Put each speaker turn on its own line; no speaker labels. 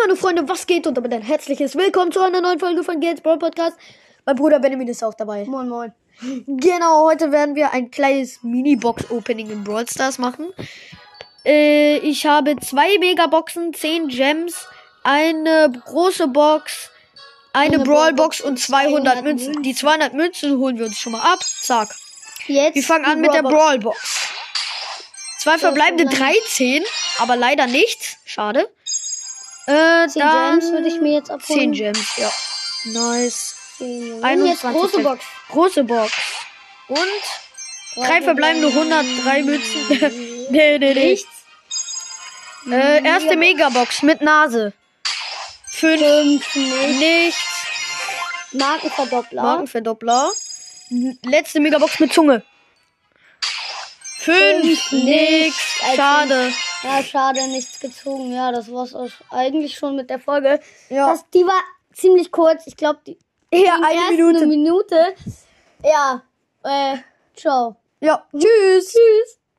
Meine Freunde, was geht? Und damit ein herzliches Willkommen zu einer neuen Folge von Gates Brawl Podcast. Mein Bruder Benjamin ist auch dabei.
Moin, moin.
Genau, heute werden wir ein kleines Mini-Box-Opening in Brawl Stars machen. Äh, ich habe zwei Megaboxen, zehn Gems, eine große Box, eine,
Eine
Brawl-Box und 200
200
Münzen. Die 200 Münzen holen wir uns schon mal ab. Zack.
Jetzt
Wir fangen an mit der Brawl-Box. Zwei verbleibende
nein.
13, aber leider nichts. Schade. Äh,
10
dann
Gems würde ich mir jetzt
10
abholen.
Gems, ja. Nice.
10
21
Jetzt große
Cent.
Box.
Große Box. Und drei verbleibende 103 Münzen. nee, nee, nee.
Nichts.
Äh, erste Megabox
Megabox.
mit Nase. Fünf.
Fünf, nicht.
Nichts.
Markenverdoppler.
Magenverdoppler. N- Letzte Megabox mit Zunge. Fünf. Nix.
Fünf, nichts. Also-
Schade.
Ja, schade, nichts gezogen. Ja, das war's auch eigentlich schon mit der Folge.
Ja.
Das, die war ziemlich kurz. Ich glaube, die
Ja,
die
eine Minute.
erste Minute. Ja, äh, ciao.
Ja. Tschüss. Tschüss.